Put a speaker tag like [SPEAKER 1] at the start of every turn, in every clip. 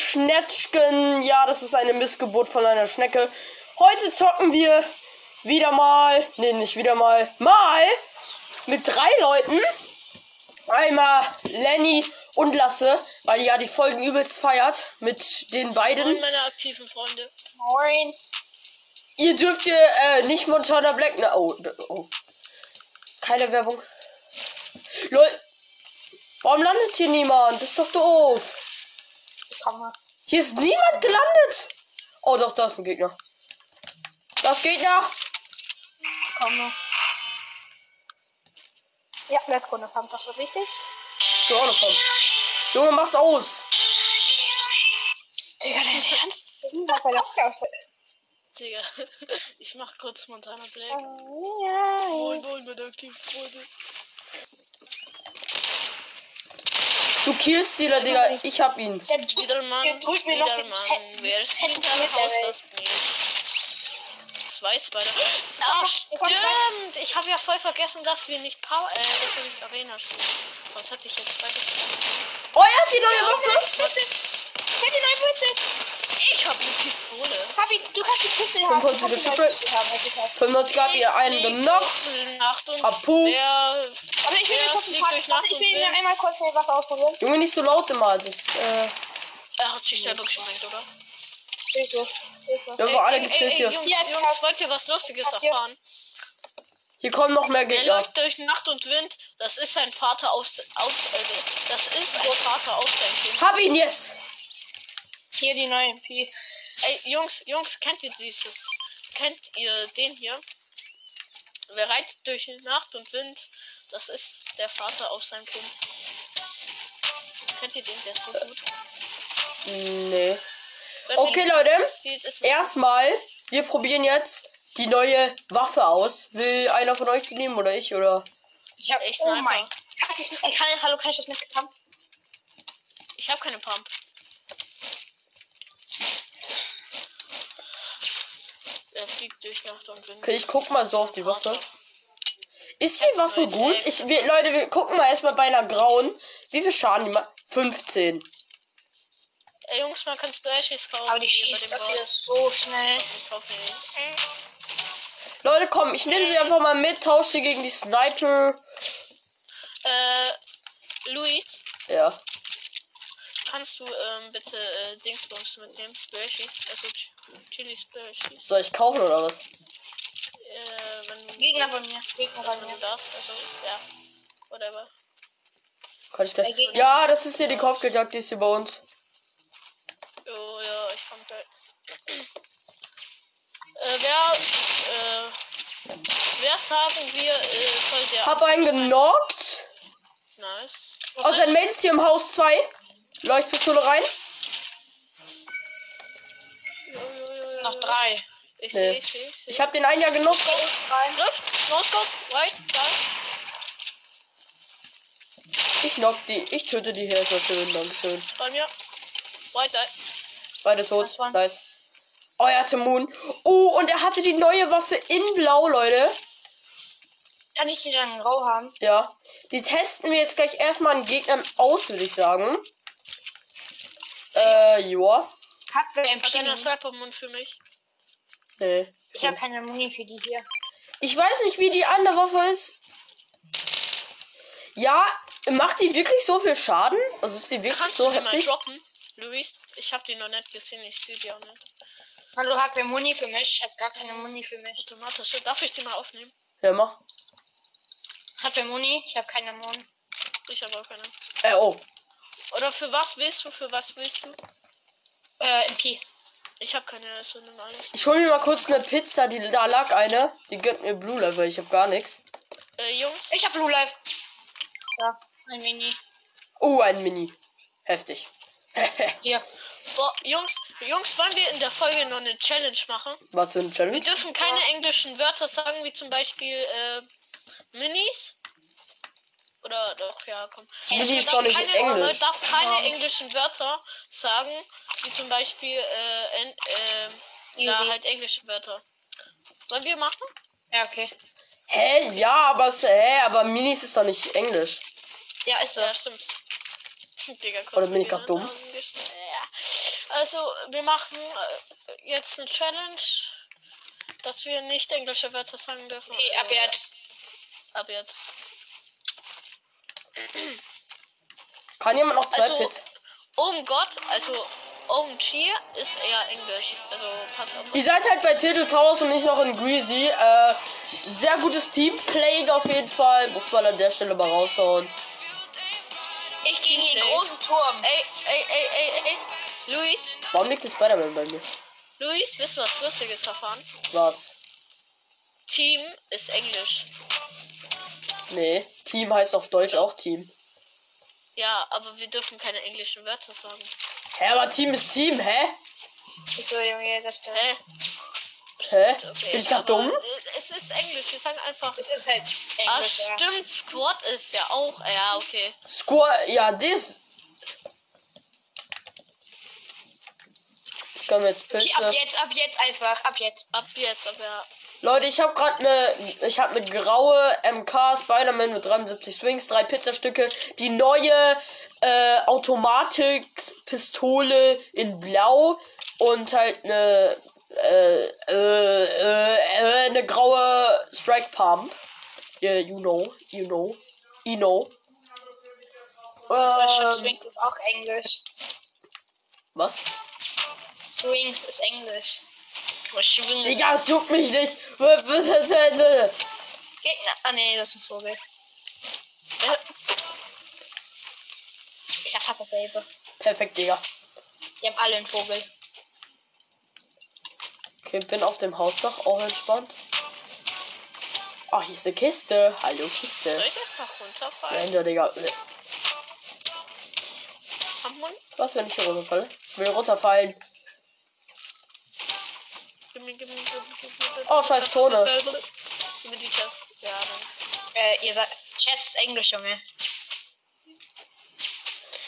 [SPEAKER 1] Schnetschgen. Ja, das ist eine Missgeburt von einer Schnecke. Heute zocken wir wieder mal, nee, nicht wieder mal, mal mit drei Leuten. Einmal Lenny und Lasse, weil die ja die Folgen übelst feiert mit den beiden.
[SPEAKER 2] Und meine aktiven Freunde.
[SPEAKER 3] Moin.
[SPEAKER 1] Ihr dürft ihr äh, nicht Montana Black. Na, oh, d- oh. Keine Werbung. Lol. Warum landet hier niemand? Das ist doch doof.
[SPEAKER 3] Komm mal.
[SPEAKER 1] Hier ist niemand gelandet. Oh, doch, da ist ein Gegner. Das Gegner.
[SPEAKER 3] Komm mal. Ja, let's go, ne Pump, das wird richtig.
[SPEAKER 1] Du auch noch kommen. Junge, mach's aus.
[SPEAKER 3] Digga, dein Ernst? Wir sind doch bei der
[SPEAKER 2] Digga. Ich mach kurz Montana Black. Moin,
[SPEAKER 3] Aufgabe.
[SPEAKER 2] moin, meine aktiven Freunde.
[SPEAKER 1] Du killst die da, Digga. Ich hab ihn.
[SPEAKER 3] Der drückt- der
[SPEAKER 2] Wiedermann,
[SPEAKER 3] drückt mir noch den
[SPEAKER 2] Wiedermann.
[SPEAKER 3] fetten-
[SPEAKER 2] Wer ist
[SPEAKER 3] fetten
[SPEAKER 2] hinter dem
[SPEAKER 3] Schnitt
[SPEAKER 2] Haus
[SPEAKER 3] der Welt.
[SPEAKER 2] das Bild? Zwei Spider.
[SPEAKER 3] Komm,
[SPEAKER 2] Ah,
[SPEAKER 3] komm,
[SPEAKER 2] stimmt! Ich habe ja voll vergessen, dass wir nicht Power, äh, dass wir nicht Arena spielen. Sonst hätte ich jetzt weiter.
[SPEAKER 1] Oh, er hat die neue Waffe.
[SPEAKER 3] Ich hab die neue Münze.
[SPEAKER 2] Ich habe eine Pistole.
[SPEAKER 3] Hab ich, du kannst die Pistole haben.
[SPEAKER 1] Fünfundsiebzig
[SPEAKER 3] Ich hab die neue
[SPEAKER 1] Stück.
[SPEAKER 3] Pistole haben, als ich hab.
[SPEAKER 1] 95 gab ihr einen genockt.
[SPEAKER 2] Nacht und
[SPEAKER 1] Apu.
[SPEAKER 2] Der
[SPEAKER 3] Aber ich will
[SPEAKER 2] Ja,
[SPEAKER 3] mir
[SPEAKER 2] es
[SPEAKER 3] kurz ein
[SPEAKER 2] liegt
[SPEAKER 3] paar,
[SPEAKER 2] durch Nacht
[SPEAKER 3] ich
[SPEAKER 2] und
[SPEAKER 3] will mir
[SPEAKER 2] Wind.
[SPEAKER 3] einmal kurz eine Waffe ausprobieren.
[SPEAKER 1] Junge, nicht so laut immer. Das, äh,
[SPEAKER 2] er hat sich selber gesprengt, oder?
[SPEAKER 3] Hilfe, Hilfe.
[SPEAKER 1] wir haben alle gekillt
[SPEAKER 2] ey,
[SPEAKER 1] hier.
[SPEAKER 2] Jungs, Jungs, wollt ihr was Lustiges
[SPEAKER 3] Hast du-
[SPEAKER 2] erfahren?
[SPEAKER 1] Hier kommen noch mehr
[SPEAKER 2] Er
[SPEAKER 1] Gegner.
[SPEAKER 2] läuft durch Nacht und Wind. Das ist sein Vater auf, auf also, das ist ein Vater auf sein Kind.
[SPEAKER 1] Hab ihn, yes.
[SPEAKER 3] Hier die neue MP.
[SPEAKER 2] Ey, Jungs, Jungs, kennt ihr dieses, kennt ihr den hier? Wer reitet durch Nacht und Wind? Das ist der Vater auf sein Kind. Kennt ihr den? Der ist so gut.
[SPEAKER 1] Nee.
[SPEAKER 2] Wenn man
[SPEAKER 1] Okay,
[SPEAKER 2] ihn
[SPEAKER 1] Leute.
[SPEAKER 2] sieht, ist man-
[SPEAKER 1] Erstmal, wir probieren jetzt die neue Waffe aus. Will einer von euch die nehmen oder ich oder?
[SPEAKER 3] Ich hab,
[SPEAKER 2] Echt
[SPEAKER 3] oh
[SPEAKER 2] Sniper.
[SPEAKER 3] mein Gott. Ich, ich, kann- hallo, kann ich das mitbekommen?
[SPEAKER 2] Ich habe keine Pump. Er fliegt durch Nacht und Wind.
[SPEAKER 1] Okay, ich guck mal so auf die Waffe. Ist die Waffe gut? Ich, wir, Leute, wir gucken mal erstmal bei einer grauen. Wie viel Schaden die macht? 15.
[SPEAKER 2] Ey, Jungs, man kann Splashies kaufen.
[SPEAKER 3] Aber die
[SPEAKER 2] hier bei
[SPEAKER 3] schießt
[SPEAKER 2] dem
[SPEAKER 3] dafür
[SPEAKER 2] Bot.
[SPEAKER 3] so schnell.
[SPEAKER 2] Ich kaufe ihn.
[SPEAKER 1] Leute, komm, ich nehme sie einfach mal mit, tausche sie gegen die Sniper.
[SPEAKER 2] Äh, Luis,
[SPEAKER 1] Ja.
[SPEAKER 2] kannst du ähm, bitte äh, Dingsbums mitnehmen? Splashies, also Ch Chili Splashies.
[SPEAKER 1] Soll ich kaufen oder was?
[SPEAKER 2] Äh, wenn du,
[SPEAKER 3] Gegner von mir. Gegner
[SPEAKER 2] also,
[SPEAKER 3] von
[SPEAKER 2] wenn du
[SPEAKER 3] mir.
[SPEAKER 2] darfst, also, ja. Whatever.
[SPEAKER 1] Kann ich gleich. Ja, das ist hier die Kopfgeldjagd, die ist hier bei uns.
[SPEAKER 2] Oh ja, ich komm gleich. Äh, wer, äh, wer sagen wir, äh, soll der.
[SPEAKER 1] Hab einen genockt.
[SPEAKER 2] Nice.
[SPEAKER 1] Oh, sein Mate ist hier im Haus 2. Leuchtpistole rein.
[SPEAKER 2] Jo, jo, jo, jo,
[SPEAKER 3] Es sind noch
[SPEAKER 2] jo.
[SPEAKER 3] drei.
[SPEAKER 2] oh, Ich
[SPEAKER 1] Nee.
[SPEAKER 2] sehe, ich sehe, ich sehe.
[SPEAKER 1] Ich hab den einen ja genockt.
[SPEAKER 3] Rein.
[SPEAKER 2] Griff, no scope, right, right.
[SPEAKER 1] Ich knock die. Ich töte die hier erstmal schön. Dankeschön.
[SPEAKER 2] Bei mir. Right, right.
[SPEAKER 1] Beide tot.
[SPEAKER 3] Das waren-
[SPEAKER 1] Nice. Oh, er hatte Moon. Oh, und er hatte die neue Waffe in Blau, Leute.
[SPEAKER 3] Kann ich die dann roh haben?
[SPEAKER 1] Ja. Die testen wir jetzt gleich erstmal an Gegnern aus, würde ich sagen. Äh, joa.
[SPEAKER 3] Hat wer
[SPEAKER 2] Hat einer
[SPEAKER 3] MP?
[SPEAKER 2] Sniper im Mund für mich?
[SPEAKER 1] Nee.
[SPEAKER 3] Ich habe keine Muni für die hier.
[SPEAKER 1] Ich weiß nicht, wie die andere Waffe ist. Ja, macht die wirklich so viel Schaden? Also ist die wirklich
[SPEAKER 2] Kannst
[SPEAKER 1] so
[SPEAKER 2] du die mal
[SPEAKER 1] heftig?
[SPEAKER 2] droppen? Luis, ich hab die noch nicht gesehen, ich sehe die auch nicht.
[SPEAKER 3] Hallo, hat wer Muni für mich? Ich hab gar keine Muni für mich.
[SPEAKER 2] Automatische, darf ich die mal aufnehmen?
[SPEAKER 1] Ja, mach.
[SPEAKER 3] Hat wer Muni? Ich habe keine Muni.
[SPEAKER 2] Ich habe auch keine.
[SPEAKER 1] Äh, oh.
[SPEAKER 2] Oder für was willst du, für was willst du?
[SPEAKER 3] Äh, MP.
[SPEAKER 2] Ich habe keine, so nimm alles.
[SPEAKER 1] Ich hol mir mal kurz eine Pizza, die da lag eine. Die gönnt mir Blue Level, ich hab gar nichts.
[SPEAKER 2] Äh, Jungs,
[SPEAKER 3] Ich hab Blue Life. Ja, ein Mini.
[SPEAKER 1] Oh, ein Mini. Heftig.
[SPEAKER 3] Hier.
[SPEAKER 2] boah, Jungs, Jungs, wollen wir in der Folge noch eine Challenge machen?
[SPEAKER 1] Was für ein
[SPEAKER 2] Wir
[SPEAKER 1] Challenge?
[SPEAKER 2] dürfen keine englischen Wörter sagen, wie zum Beispiel äh, Minis. Oder doch, ja, komm.
[SPEAKER 1] Mini
[SPEAKER 2] Wir
[SPEAKER 1] ist doch
[SPEAKER 2] sagen
[SPEAKER 1] nicht
[SPEAKER 2] keine,
[SPEAKER 1] Englisch.
[SPEAKER 2] Man darf keine
[SPEAKER 3] Ja.
[SPEAKER 2] englischen Wörter sagen, wie zum Beispiel äh, en, äh, ja,
[SPEAKER 3] Easy.
[SPEAKER 2] halt englische Wörter. Wollen wir machen?
[SPEAKER 3] Ja, okay.
[SPEAKER 1] Hä? Ja, aber, es- hä? aber Minis ist doch nicht Englisch.
[SPEAKER 3] Ja, ist so.
[SPEAKER 2] Ja, stimmt. Digga, kurz
[SPEAKER 1] Oder bin ich
[SPEAKER 2] mal
[SPEAKER 1] grad
[SPEAKER 2] die
[SPEAKER 1] dumm?
[SPEAKER 2] Hand ausgeschnitten. Ja. Also, wir machen äh, jetzt eine Challenge, dass wir nicht englische Wörter sagen dürfen.
[SPEAKER 3] Okay, ab
[SPEAKER 2] Äh,
[SPEAKER 3] jetzt.
[SPEAKER 2] Ab jetzt.
[SPEAKER 1] Kann jemand noch zwei
[SPEAKER 2] Also-
[SPEAKER 1] Pits?
[SPEAKER 2] Oh Gott, also OMG ist eher Englisch. Also passt auf.
[SPEAKER 1] Ihr seid halt bei Titel Towers und nicht noch in Greasy. Äh, sehr gutes Teamplay auf jeden Fall. Muss man an der Stelle mal raushauen.
[SPEAKER 3] Ich gehe in den
[SPEAKER 2] Nee.
[SPEAKER 3] großen Turm.
[SPEAKER 2] Ey, ey, ey, ey, ey. Luis,
[SPEAKER 1] Warum liegt der Spider-Man bei mir?
[SPEAKER 2] Luis, willst du was Lustiges erfahren?
[SPEAKER 1] Was?
[SPEAKER 2] Team ist Englisch.
[SPEAKER 1] Nee. Team heißt auf Deutsch auch Team.
[SPEAKER 2] Ja, aber wir dürfen keine englischen Wörter sagen.
[SPEAKER 1] Hä, aber Team ist Team, hä?
[SPEAKER 3] Wieso, Junge, das stimmt.
[SPEAKER 2] Hä?
[SPEAKER 1] Hä?
[SPEAKER 2] Okay,
[SPEAKER 1] Bin ich grad
[SPEAKER 2] aber,
[SPEAKER 1] dumm?
[SPEAKER 2] äh, Es ist Englisch, wir sagen einfach.
[SPEAKER 3] Das ist halt
[SPEAKER 2] Ah,
[SPEAKER 3] Englisch. ja.
[SPEAKER 2] stimmt, Squad ist ja auch. Ja, okay.
[SPEAKER 1] Squad, ja, das. Ich kann mir jetzt
[SPEAKER 3] Okay, ab
[SPEAKER 1] Pilze.
[SPEAKER 3] jetzt, ab jetzt einfach, ab jetzt.
[SPEAKER 2] Ab jetzt, aber ja.
[SPEAKER 1] Leute, ich habe gerade eine ich habe eine graue MK Spider-Man mit 73 Swings, drei Pizzastücke, die neue äh, Automatik Pistole in blau und halt eine äh, äh, äh, äh, eine graue Strike Pump. Yeah, you know, you know, you know.
[SPEAKER 3] Ähm.
[SPEAKER 1] Ähm,
[SPEAKER 3] Swings ist auch Englisch.
[SPEAKER 1] was?
[SPEAKER 3] Swings ist Englisch. Verschwinde.
[SPEAKER 1] Digga, es juckt mich nicht. Digga,
[SPEAKER 3] Gegner. Ah, nee, das ist ein Vogel. Ich hab fast dasselbe.
[SPEAKER 1] Perfekt, Digga.
[SPEAKER 3] Die haben alle einen Vogel.
[SPEAKER 1] Okay, bin auf dem Hausdach, auch entspannt. Ach, hier ist eine Kiste. Hallo, Kiste.
[SPEAKER 2] Soll ich einfach runterfallen?
[SPEAKER 1] Ranger, Digga.
[SPEAKER 2] Am Mund?
[SPEAKER 1] Was, wenn ich hier runterfalle? Ich will runterfallen.
[SPEAKER 2] Gib mir, gib mir, gib mir, gib mir.
[SPEAKER 1] Oh, scheiß Tone.
[SPEAKER 2] Gib mir die Chest. Ja, dann.
[SPEAKER 3] Äh, ihr sagt. Chess ist Englisch, Junge.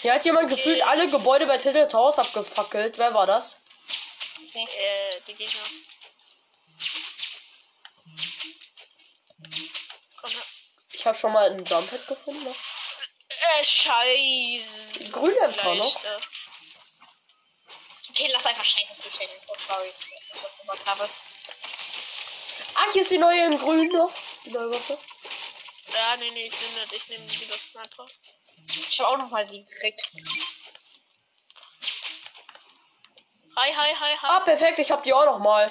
[SPEAKER 1] Hier hat jemand gefühlt alle Gebäude bei Titel Towers abgefackelt. Wer war das?
[SPEAKER 2] Äh, die Gegner. Komm her.
[SPEAKER 1] Ich habe schon mal einen Jumppad gefunden. Ne?
[SPEAKER 2] Äh, scheiße.
[SPEAKER 1] Grüne Empfang noch.
[SPEAKER 2] Leichte.
[SPEAKER 3] Okay, lass einfach scheiße die Challenge. Oh, sorry. dass Ich das gemacht habe.
[SPEAKER 1] Ach, hier ist die neue in grün noch. Die neue Waffe.
[SPEAKER 2] äh, Ja, nee, nee, ich nehme das. Ich nehme die das Sniper.
[SPEAKER 3] Ich hab auch nochmal die gekriegt.
[SPEAKER 2] Hi, hi, hi, hi.
[SPEAKER 1] Ah, perfekt, ich habe die auch noch mal.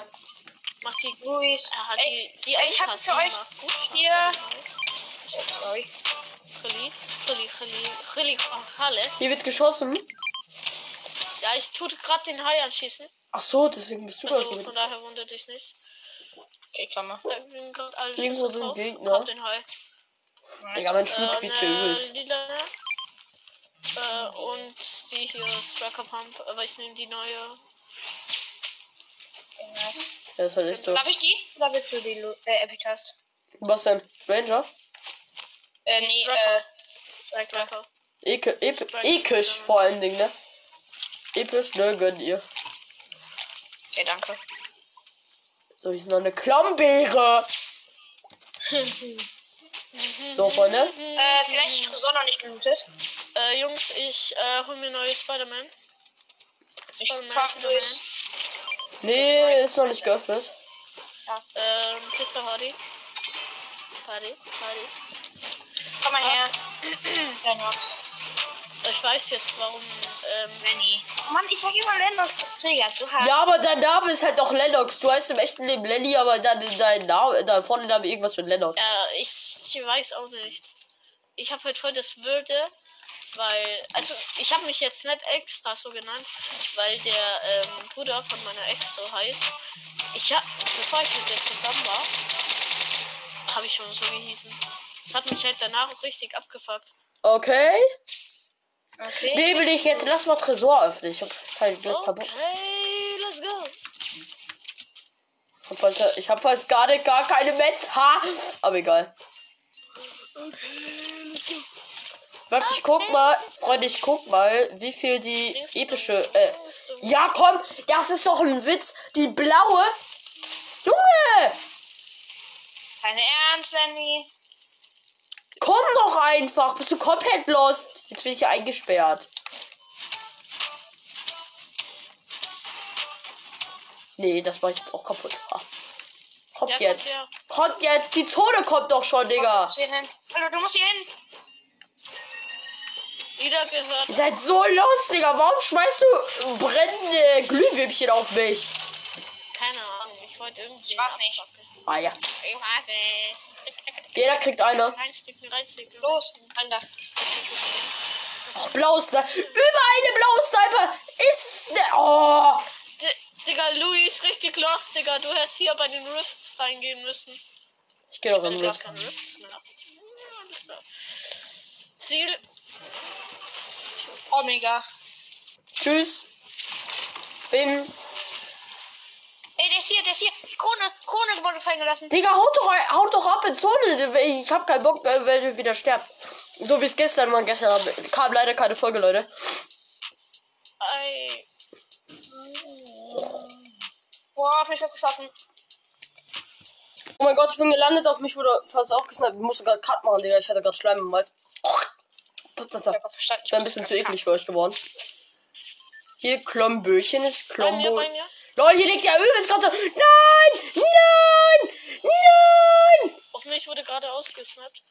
[SPEAKER 2] Mach die.
[SPEAKER 3] Luis.
[SPEAKER 2] Er hat
[SPEAKER 3] Ey,
[SPEAKER 2] die, die
[SPEAKER 3] ey, ich hab
[SPEAKER 2] Einpass,
[SPEAKER 3] für
[SPEAKER 2] die
[SPEAKER 3] euch
[SPEAKER 2] macht gut Schaden.
[SPEAKER 3] hier- sorry.
[SPEAKER 2] Chili, Chili, Chili, Chili, oh, Halle.
[SPEAKER 1] Hier wird geschossen.
[SPEAKER 2] Ja, ich tue gerade den Hai anschießen.
[SPEAKER 1] Ach so, deswegen bist du gar
[SPEAKER 2] Also
[SPEAKER 1] nicht
[SPEAKER 2] von
[SPEAKER 1] mit.
[SPEAKER 2] daher wundert dich nicht.
[SPEAKER 3] Okay, Klammer.
[SPEAKER 2] Da liegen gerade alle
[SPEAKER 1] Irgendwo
[SPEAKER 2] Schüsse
[SPEAKER 1] sind
[SPEAKER 2] drauf.
[SPEAKER 1] Gegner.
[SPEAKER 2] Hab den Hai.
[SPEAKER 1] Digga, mein Schuh
[SPEAKER 2] Äh,
[SPEAKER 1] quietscht
[SPEAKER 2] ne,
[SPEAKER 1] übelst.
[SPEAKER 2] lila. Äh, und die hier, Striker Pump. Aber ich nehme die neue.
[SPEAKER 1] Ja, ist halt echt so.
[SPEAKER 3] Darf ich die? Oder willst du die Lu- äh, Epicast?
[SPEAKER 1] Was denn? Ranger?
[SPEAKER 3] Äh, nee,
[SPEAKER 2] Rapper.
[SPEAKER 3] äh. Sag mal.
[SPEAKER 2] Striker.
[SPEAKER 1] Eke, ep, ekisch vor allen Dingen, ne? Episch, ne, gönnt ihr.
[SPEAKER 3] Okay, danke.
[SPEAKER 1] So, hier ist noch eine Klombeere. so, Freunde.
[SPEAKER 3] Äh, vielleicht ist Tresor noch nicht gelootet.
[SPEAKER 2] Äh, Jungs, ich äh, hol mir neues Spider-Man.
[SPEAKER 3] Ich
[SPEAKER 2] Spider-Man,
[SPEAKER 3] komm
[SPEAKER 2] Spider-Man.
[SPEAKER 3] durch.
[SPEAKER 1] Nee, ist noch nicht geöffnet.
[SPEAKER 2] Ähm, Pizza Hardy. Hardy, Hardy.
[SPEAKER 3] Komm mal her.
[SPEAKER 2] Ah.
[SPEAKER 3] Lennox.
[SPEAKER 2] Ich weiß jetzt, warum. Ähm,
[SPEAKER 3] Lenny. Mann, ich sag immer Lennox, das triggert so hart.
[SPEAKER 1] Ja, aber dein Name ist halt doch Lennox. Du heißt im echten Leben Lenny, aber dein, dein Name, dein Vorname irgendwas mit Lennox.
[SPEAKER 2] äh, ich weiß auch nicht. Ich habe halt voll das Würde, weil. Also, ich habe mich jetzt nicht extra so genannt, weil der ähm, Bruder von meiner Ex so heißt. Ich hab, bevor ich mit der zusammen war, habe ich schon so gehießen. Das hat mich halt danach auch richtig abgefuckt.
[SPEAKER 1] Okay?
[SPEAKER 3] Okay.
[SPEAKER 1] Nebel dich jetzt, lass mal Tresor öffnen. Ich hab kein
[SPEAKER 2] Oh.
[SPEAKER 1] Glück kaputt.
[SPEAKER 2] Okay, let's go.
[SPEAKER 1] Ich hab fast- Ich hab fast gar nicht, gar keine Metz. Ha! Aber egal. Warte, ich guck mal, Freunde, ich guck mal, wie viel die epische, äh, Ja, komm, das ist doch ein Witz. Die blaue. Junge,
[SPEAKER 3] Dein Ernst, Lenny.
[SPEAKER 1] komm doch einfach. Bist du komplett lost? Jetzt bin ich hier eingesperrt. Nee, das war jetzt auch kaputt. Ah. Kommt
[SPEAKER 2] Der kommt
[SPEAKER 1] jetzt.
[SPEAKER 2] ja.
[SPEAKER 1] kommt jetzt. Die Zone kommt doch schon, Digga.
[SPEAKER 3] Komm, du musst hier hin. Hallo, du musst hier hin.
[SPEAKER 2] Wieder gehört.
[SPEAKER 1] Ihr seid so los, Digga. Warum schmeißt du brennende Glühwürmchen auf mich?
[SPEAKER 2] Keine Ahnung. Ich wollte irgendwie.
[SPEAKER 3] Ich weiß nicht.
[SPEAKER 1] Ah ja.
[SPEAKER 3] Ich weiß nicht.
[SPEAKER 1] Jeder kriegt eine.
[SPEAKER 2] Reinstecken, reinstecken.
[SPEAKER 3] Los, rein da.
[SPEAKER 1] Ach, blau Sniper. Über eine blaue Sniper. Ist. Ne oh.
[SPEAKER 2] D Digga, Louis ist richtig lost, Digga. Du hättest hier bei den Rifts reingehen müssen.
[SPEAKER 1] Ich gehe doch in den
[SPEAKER 2] Ich glaub,
[SPEAKER 1] Risk.
[SPEAKER 2] kein Rifts mehr. Ja, alles klar. Ziel.
[SPEAKER 3] Omega.
[SPEAKER 1] Tschüss. Bin.
[SPEAKER 3] Ey, der ist hier, der ist hier. Die Krone, Krone wurde fallen gelassen.
[SPEAKER 1] Digga, haut doch, ein- haut doch ab in Zone. Ich hab keinen Bock, äh, wenn du wieder sterbt. So wie es gestern war. Gestern hab- kam leider keine Folge, Leute.
[SPEAKER 2] Ei.
[SPEAKER 3] Boah, hab mich abgeschossen.
[SPEAKER 1] Oh mein Gott, ich bin gelandet. Auf mich wurde fast auch gesniped. Ich musste gerade Cut machen, Digga. Ich hatte gerade Schleim im Hals. Oh. Das das- das
[SPEAKER 3] Ich hab grad verstanden. ich
[SPEAKER 1] wäre ein
[SPEAKER 3] muss
[SPEAKER 1] bisschen zu
[SPEAKER 3] verkacken.
[SPEAKER 1] eklig für euch geworden. Hier, Klomböchen ist
[SPEAKER 2] Bei mir,
[SPEAKER 1] Klombo.
[SPEAKER 2] bei mir.
[SPEAKER 1] Leute, hier liegt ja übelst gerade so. Nein! Nein! Nein!
[SPEAKER 2] Auf mich wurde gerade ausgesnappt.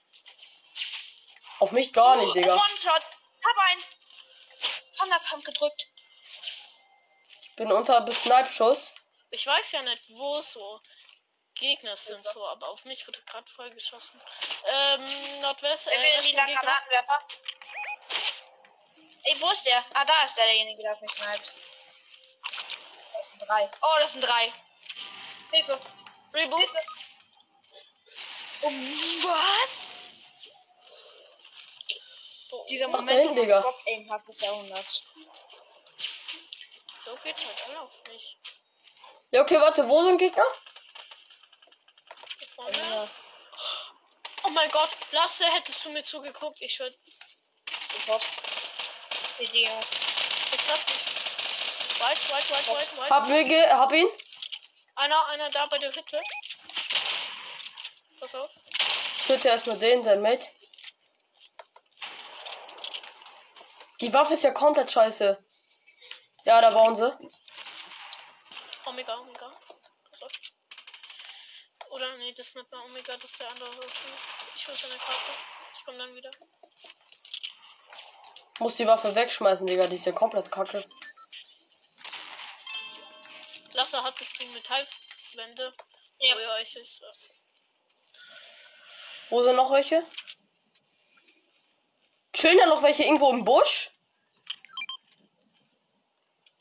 [SPEAKER 1] Auf mich gar nicht,
[SPEAKER 3] Oh,
[SPEAKER 1] Digga.
[SPEAKER 3] One-Shot. Hab einen. Thunderpump gedrückt.
[SPEAKER 1] Ich bin unter Snipe-Schuss.
[SPEAKER 2] Ich weiß ja nicht, wo so Gegner sind, so, aber auf mich wurde gerade voll geschossen. Ähm, Nordwest,
[SPEAKER 3] Äh,
[SPEAKER 2] äh, Westen
[SPEAKER 3] Lila
[SPEAKER 2] Gegner.
[SPEAKER 3] Granatenwerfer. Ey, wo ist der? Ah, da ist der, derjenige, der auf mich sniped. Das sind drei. Oh, das sind drei. Hilfe.
[SPEAKER 2] Reboot.
[SPEAKER 3] Hilfe. Oh, was?
[SPEAKER 2] So,
[SPEAKER 3] Dieser
[SPEAKER 1] Ach, da
[SPEAKER 3] Moment,
[SPEAKER 1] hinten,
[SPEAKER 3] wo
[SPEAKER 1] Digga.
[SPEAKER 3] man Bob Aim hat, des Jahrhunderts.
[SPEAKER 2] so geht's halt alle auf mich.
[SPEAKER 1] Ja, okay, warte, wo sind Gegner?
[SPEAKER 2] Hier Vorne. Oh mein Gott, Lasse, hättest du mir zugeguckt, ich würde.
[SPEAKER 3] Sofort. Video.
[SPEAKER 2] Ich lass dich. Weit, weit, weit, weit, weit.
[SPEAKER 1] Hab, mir ge hab ihn.
[SPEAKER 2] Einer, einer da bei der Hütte. Pass auf.
[SPEAKER 1] Ich töte erstmal den, sein Mate. Die Waffe ist ja komplett scheiße. Ja, da waren sie.
[SPEAKER 2] Omega, Omega. Pass auf. Oder nee, das ist nicht mal Omega, das ist der andere. Ich hol seine Karte. Ich komm dann wieder.
[SPEAKER 1] Muss die Waffe wegschmeißen, Digga. Die ist ja komplett kacke.
[SPEAKER 2] Lasse, hattest du Metallwände?
[SPEAKER 3] Ja.
[SPEAKER 2] Oh ja, ich seh's.
[SPEAKER 1] Wo sind noch welche? Chillen da noch welche irgendwo im Busch?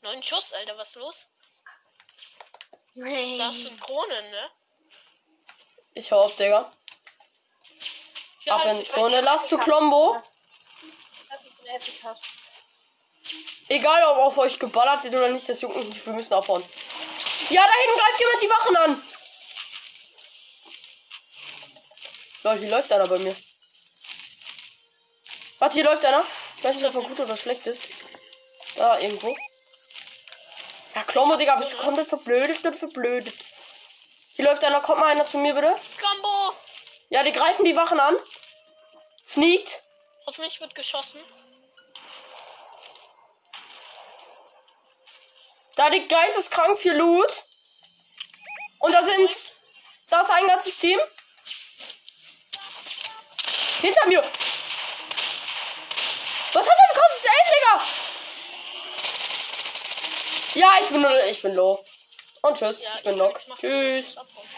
[SPEAKER 2] Neun Schuss, Alter, was ist los?
[SPEAKER 3] Nee.
[SPEAKER 2] Das sind Kronen, ne?
[SPEAKER 1] Ich hau auf, Digga.
[SPEAKER 2] Ja,
[SPEAKER 1] Ab
[SPEAKER 2] halt,
[SPEAKER 1] in
[SPEAKER 2] ich weiß-
[SPEAKER 1] Zone. Lass zu Klombo. Egal, ob auf euch geballert wird oder nicht, das juckt mich nicht. Wir müssen abhauen. Ja, da hinten greift jemand die Wachen an. Leute, hier läuft einer bei mir. Warte, hier läuft einer. Ich weiß nicht, ob er gut oder schlecht ist. Da irgendwo. Ja, Klombo, Digga, bist du komplett verblödet und verblödet. Hier läuft einer. Kommt mal einer zu mir, bitte.
[SPEAKER 2] Combo!
[SPEAKER 1] Ja, die greifen die Wachen an. Sneakt.
[SPEAKER 2] Auf mich wird geschossen.
[SPEAKER 1] Da liegt geisteskrank viel Loot. Und da sind. Da ist ein ganzes Team. Hinter mir. Was hat er im Kopf? Das Aim, Digga. Ja, ich bin, nur- ich bin low. Und tschüss. ich bin
[SPEAKER 2] kann
[SPEAKER 1] knock.
[SPEAKER 2] nichts machen.
[SPEAKER 1] Tschüss.
[SPEAKER 2] Ich muss abhauen.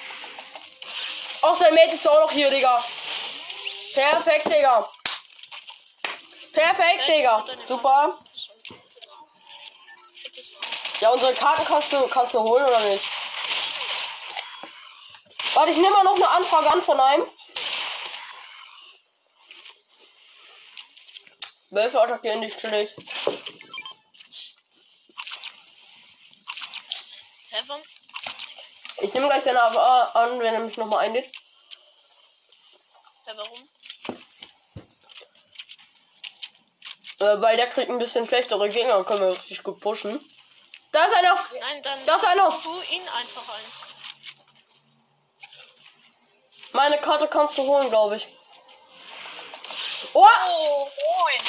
[SPEAKER 1] Auch sein Mate ist auch noch hier, Digga. Perfekt, Digga. Perfekt, Digga. Super. Ja, unsere Karten kannst du, kannst du holen oder nicht? Warte, ich nehme mal noch eine Anfrage an von einem. Wölfe attackieren dich chillig.
[SPEAKER 2] Hä, warum?
[SPEAKER 1] Ich nehme gleich seine AWA an, wenn er mich nochmal einlädt.
[SPEAKER 2] Hä, warum?
[SPEAKER 1] Äh, weil der kriegt ein bisschen schlechtere Gegner, dann können wir richtig gut pushen. Da ist einer!
[SPEAKER 2] Nein, dann
[SPEAKER 1] Da ist einer!
[SPEAKER 2] du ihn einfach ein.
[SPEAKER 1] Meine Karte kannst du holen, glaube ich. Oh!
[SPEAKER 3] Oh, moin.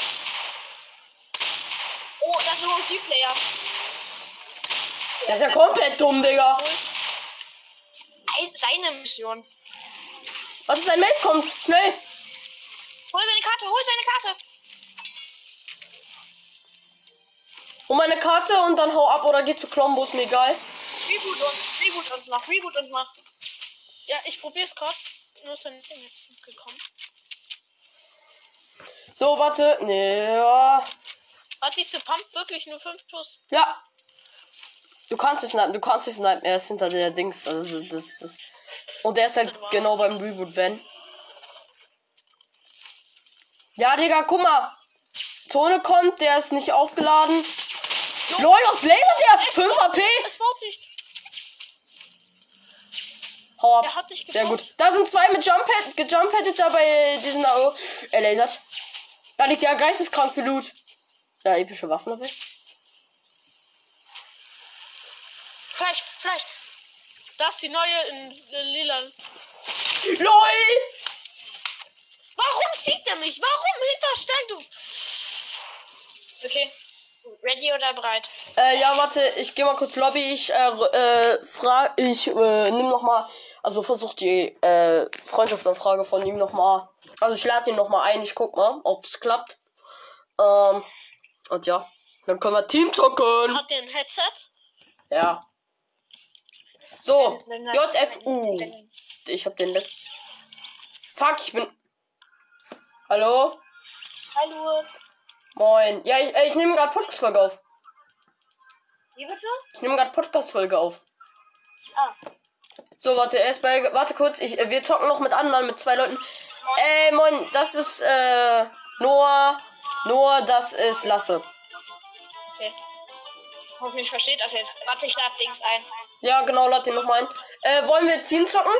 [SPEAKER 3] Oh, das ist ein Multiplayer.
[SPEAKER 1] Der ist ja komplett dumm, Digga.
[SPEAKER 3] Ei- Seine Mission.
[SPEAKER 1] Was ist ein Mate? Kommt schnell.
[SPEAKER 3] Hol seine Karte, hol seine Karte.
[SPEAKER 1] Hol um meine Karte und dann hau ab oder geh zu Klombo, ist mir egal.
[SPEAKER 3] Reboot uns, reboot uns noch, reboot uns noch.
[SPEAKER 2] Ja, ich probier's gerade. Nur ist er nicht jetzt gekommen.
[SPEAKER 1] So, warte. Nee, ja.
[SPEAKER 2] Hat diese Pump wirklich nur 5 Schuss?
[SPEAKER 1] Ja. Du kannst es snipen, du kannst es snipen. Er ist hinter der Dings. Also das ist. Und er ist halt
[SPEAKER 2] Das war-
[SPEAKER 1] genau beim Reboot, wenn. Ja, Digga, guck mal. Zone kommt, der ist nicht aufgeladen.
[SPEAKER 2] Jo,
[SPEAKER 1] Lol, was lädt der? 5 AP.
[SPEAKER 2] Es baut nicht.
[SPEAKER 1] Hau
[SPEAKER 2] Er
[SPEAKER 1] ab.
[SPEAKER 2] hat nicht
[SPEAKER 1] Sehr
[SPEAKER 2] gebaut.
[SPEAKER 1] gut. Da sind zwei mit Jump-Pad, gejump-padded da bei diesen AO. Er lasert. Da liegt ja geisteskrank für Loot. Da epische Waffen dabei.
[SPEAKER 3] Fleisch, Fleisch.
[SPEAKER 2] Das ist die neue in äh, lila.
[SPEAKER 1] LOL!
[SPEAKER 2] Warum sieht er mich? Warum hinterstein du?
[SPEAKER 3] Okay. Ready oder bereit?
[SPEAKER 1] Äh, ja, warte, ich gehe mal kurz Lobby. Ich äh, r- äh, frag, ich äh, nimm noch mal, also versuch die äh, Freundschaftsanfrage von ihm noch mal. Also ich lade ihn noch mal ein. Ich guck mal, ob's klappt. Ähm, und ja, dann können wir Team zocken.
[SPEAKER 2] Hat der ein Headset?
[SPEAKER 1] Ja. So, JFU. Ich hab den letzten. Fuck, ich bin. Hallo,
[SPEAKER 3] Hallo.
[SPEAKER 1] moin. Ja, ich, äh, ich nehme gerade Podcast-Folge auf.
[SPEAKER 3] Wie bitte?
[SPEAKER 1] Ich nehme gerade Podcast-Folge auf.
[SPEAKER 3] Ah.
[SPEAKER 1] So, warte, erst mal, warte kurz, ich, äh, wir zocken noch mit anderen, mit zwei Leuten. Ey, moin, das ist, äh, Noah, Noah, das ist Lasse.
[SPEAKER 3] Hoffentlich versteht das jetzt. Warte, ich lade Dings ein.
[SPEAKER 1] Ja, genau, lad den nochmal ein. Äh, wollen wir Team zocken?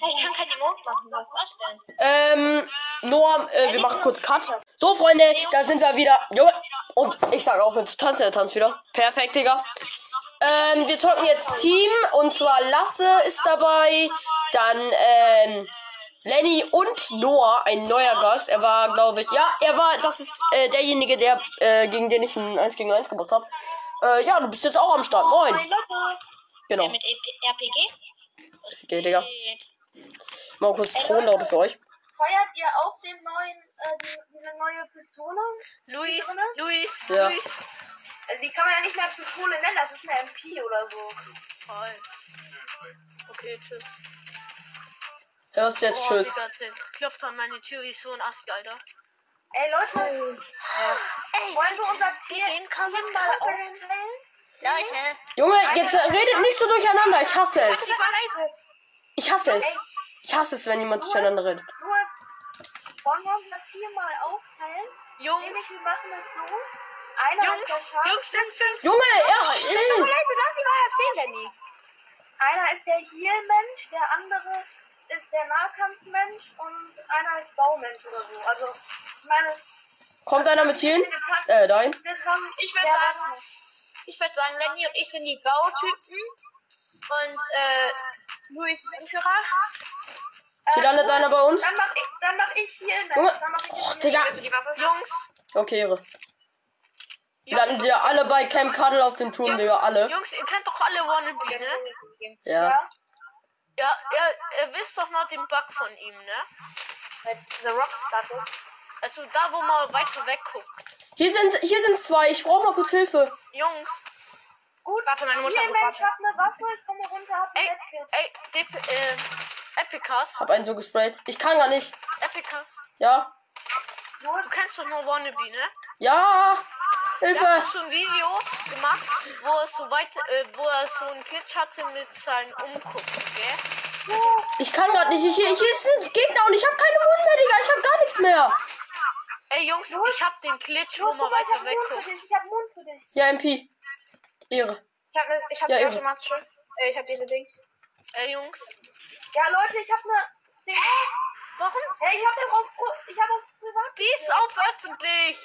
[SPEAKER 3] Hey, ich kann kein Emote machen. Was ist das denn?
[SPEAKER 1] Ähm, Noah, äh, wir machen kurz Cut. So, Freunde, da sind wir wieder. Jo, und ich sag auch, jetzt tanzt der Tanz wieder. Perfekt, Digga. Ähm, wir zocken jetzt Team. Und zwar Lasse ist dabei. Dann, ähm, Lenny und Noah, ein neuer Gast. Er war, glaube ich, ja, er war, das ist äh, derjenige, der, äh, gegen den ich ein 1 gegen 1 gemacht habe. Äh, ja, du bist jetzt auch am Start. Moin.
[SPEAKER 3] Leute.
[SPEAKER 1] Genau.
[SPEAKER 3] Der mit E EP RPG?
[SPEAKER 1] Okay, Digga. Mal kurz Thronlaute für euch.
[SPEAKER 4] Feuert ihr auch den neuen, äh, die, diese neue Pistole?
[SPEAKER 2] Luis,
[SPEAKER 4] Drinne?
[SPEAKER 2] Luis,
[SPEAKER 1] Ja.
[SPEAKER 2] Luis.
[SPEAKER 4] Also die kann man ja nicht mehr Pistole nennen, das ist eine MP oder so.
[SPEAKER 2] Voll. Okay, tschüss. Oh,
[SPEAKER 1] Hörst jetzt,
[SPEAKER 2] Boah,
[SPEAKER 1] tschüss.
[SPEAKER 2] Digga, der klopft an meine Tür wie so ein Asti, Alter.
[SPEAKER 4] Ey Leute, ähm,
[SPEAKER 3] Ey,
[SPEAKER 4] wollen wir unser Tier in Kalimbal aufstellen?
[SPEAKER 3] Leute.
[SPEAKER 1] Junge, jetzt redet nicht so durcheinander. Ich hasse es.
[SPEAKER 3] Super leise.
[SPEAKER 1] Ich hasse es. Ich hasse es, wenn jemand durcheinander redet.
[SPEAKER 4] Du hast, wollen wir unser Tier mal aufteilen? Nämlich
[SPEAKER 2] Jungs,
[SPEAKER 4] wir machen es so. Einer
[SPEAKER 2] Jungs,
[SPEAKER 4] ist der Schaf,
[SPEAKER 2] Jungs, Jungs, Jungs.
[SPEAKER 1] Junge, er.
[SPEAKER 3] Leise, lass sie mal erzählen, Lenny.
[SPEAKER 4] einer ist der Heal-Mensch, der andere ist der Nahkampfmensch und einer ist Baumensch oder so. Also, ich meine,
[SPEAKER 1] Kommt einer mit hier hin?
[SPEAKER 4] wir
[SPEAKER 1] Äh, dahin.
[SPEAKER 4] haben...
[SPEAKER 3] Ich würd sagen, Ich würde sagen, Lenny und ich sind die Bautypen. Und, äh, Luis ist Anführer.
[SPEAKER 1] Hier landet einer bei uns.
[SPEAKER 4] Dann mach ich, dann mach ich hier in der.
[SPEAKER 1] Junge.
[SPEAKER 4] Dann mach ich
[SPEAKER 1] Och,
[SPEAKER 4] jetzt hier.
[SPEAKER 1] Oh. Digga.
[SPEAKER 3] Willst du die Waffe?
[SPEAKER 2] Jungs,
[SPEAKER 1] Okay, Ehre. Die landen sie ja ne? alle bei Camp Cuddle auf dem Turm, Digga. Alle.
[SPEAKER 2] Jungs, ihr kennt doch alle Wannabe, ne?
[SPEAKER 1] Ja.
[SPEAKER 2] Ja, ihr, ihr wisst doch noch den Bug von ihm, ne?
[SPEAKER 3] Mit The Rock Statue.
[SPEAKER 2] Also da, wo man weiter wegguckt.
[SPEAKER 1] Hier sind, hier sind zwei. Ich brauche mal kurz Hilfe.
[SPEAKER 2] Jungs,
[SPEAKER 3] Gut, warte, meine Mutter
[SPEAKER 4] Hier,
[SPEAKER 3] hat
[SPEAKER 4] Mensch,
[SPEAKER 3] gewartet.
[SPEAKER 4] hab ne Waffe, ich komme runter, hab
[SPEAKER 2] Ey.
[SPEAKER 4] ein Netz.
[SPEAKER 2] ey, Dep äh, Epicast,
[SPEAKER 1] Hab einen so gesprayt. Ich kann gar nicht.
[SPEAKER 2] Epicast.
[SPEAKER 1] Ja.
[SPEAKER 2] Du kennst doch nur Wannabe, ne?
[SPEAKER 1] Ja.
[SPEAKER 2] Ich habe
[SPEAKER 1] Hilfe.
[SPEAKER 2] schon ein Video gemacht, wo er so weit, äh, wo er so einen Glitch hatte mit seinen Umgucken, gell?
[SPEAKER 1] Ich kann gerade nicht. Ich, hier, hier ist ein Gegner und ich habe keine Mund mehr, Digga. Ich habe gar nichts mehr.
[SPEAKER 2] Ey Jungs, ich hab den Glitch, wo
[SPEAKER 4] Los,
[SPEAKER 2] man
[SPEAKER 4] guck mal, ich hab
[SPEAKER 2] weiter
[SPEAKER 4] Mond für
[SPEAKER 2] wegguckt.
[SPEAKER 4] dich, ich hab Mond für dich.
[SPEAKER 1] Ja, MP. Ehre.
[SPEAKER 3] Ich hab, ich hab
[SPEAKER 1] Ja,
[SPEAKER 3] die
[SPEAKER 1] eben.
[SPEAKER 3] automatisch schon. Äh, ich hab diese Dings.
[SPEAKER 2] Ey Jungs,
[SPEAKER 4] Ja, Leute, ich hab ne. Ding.
[SPEAKER 2] warum?
[SPEAKER 4] Ey, ich hab doch auf. Pro- Ich hab auf privat.
[SPEAKER 2] Die ist auf öffentlich.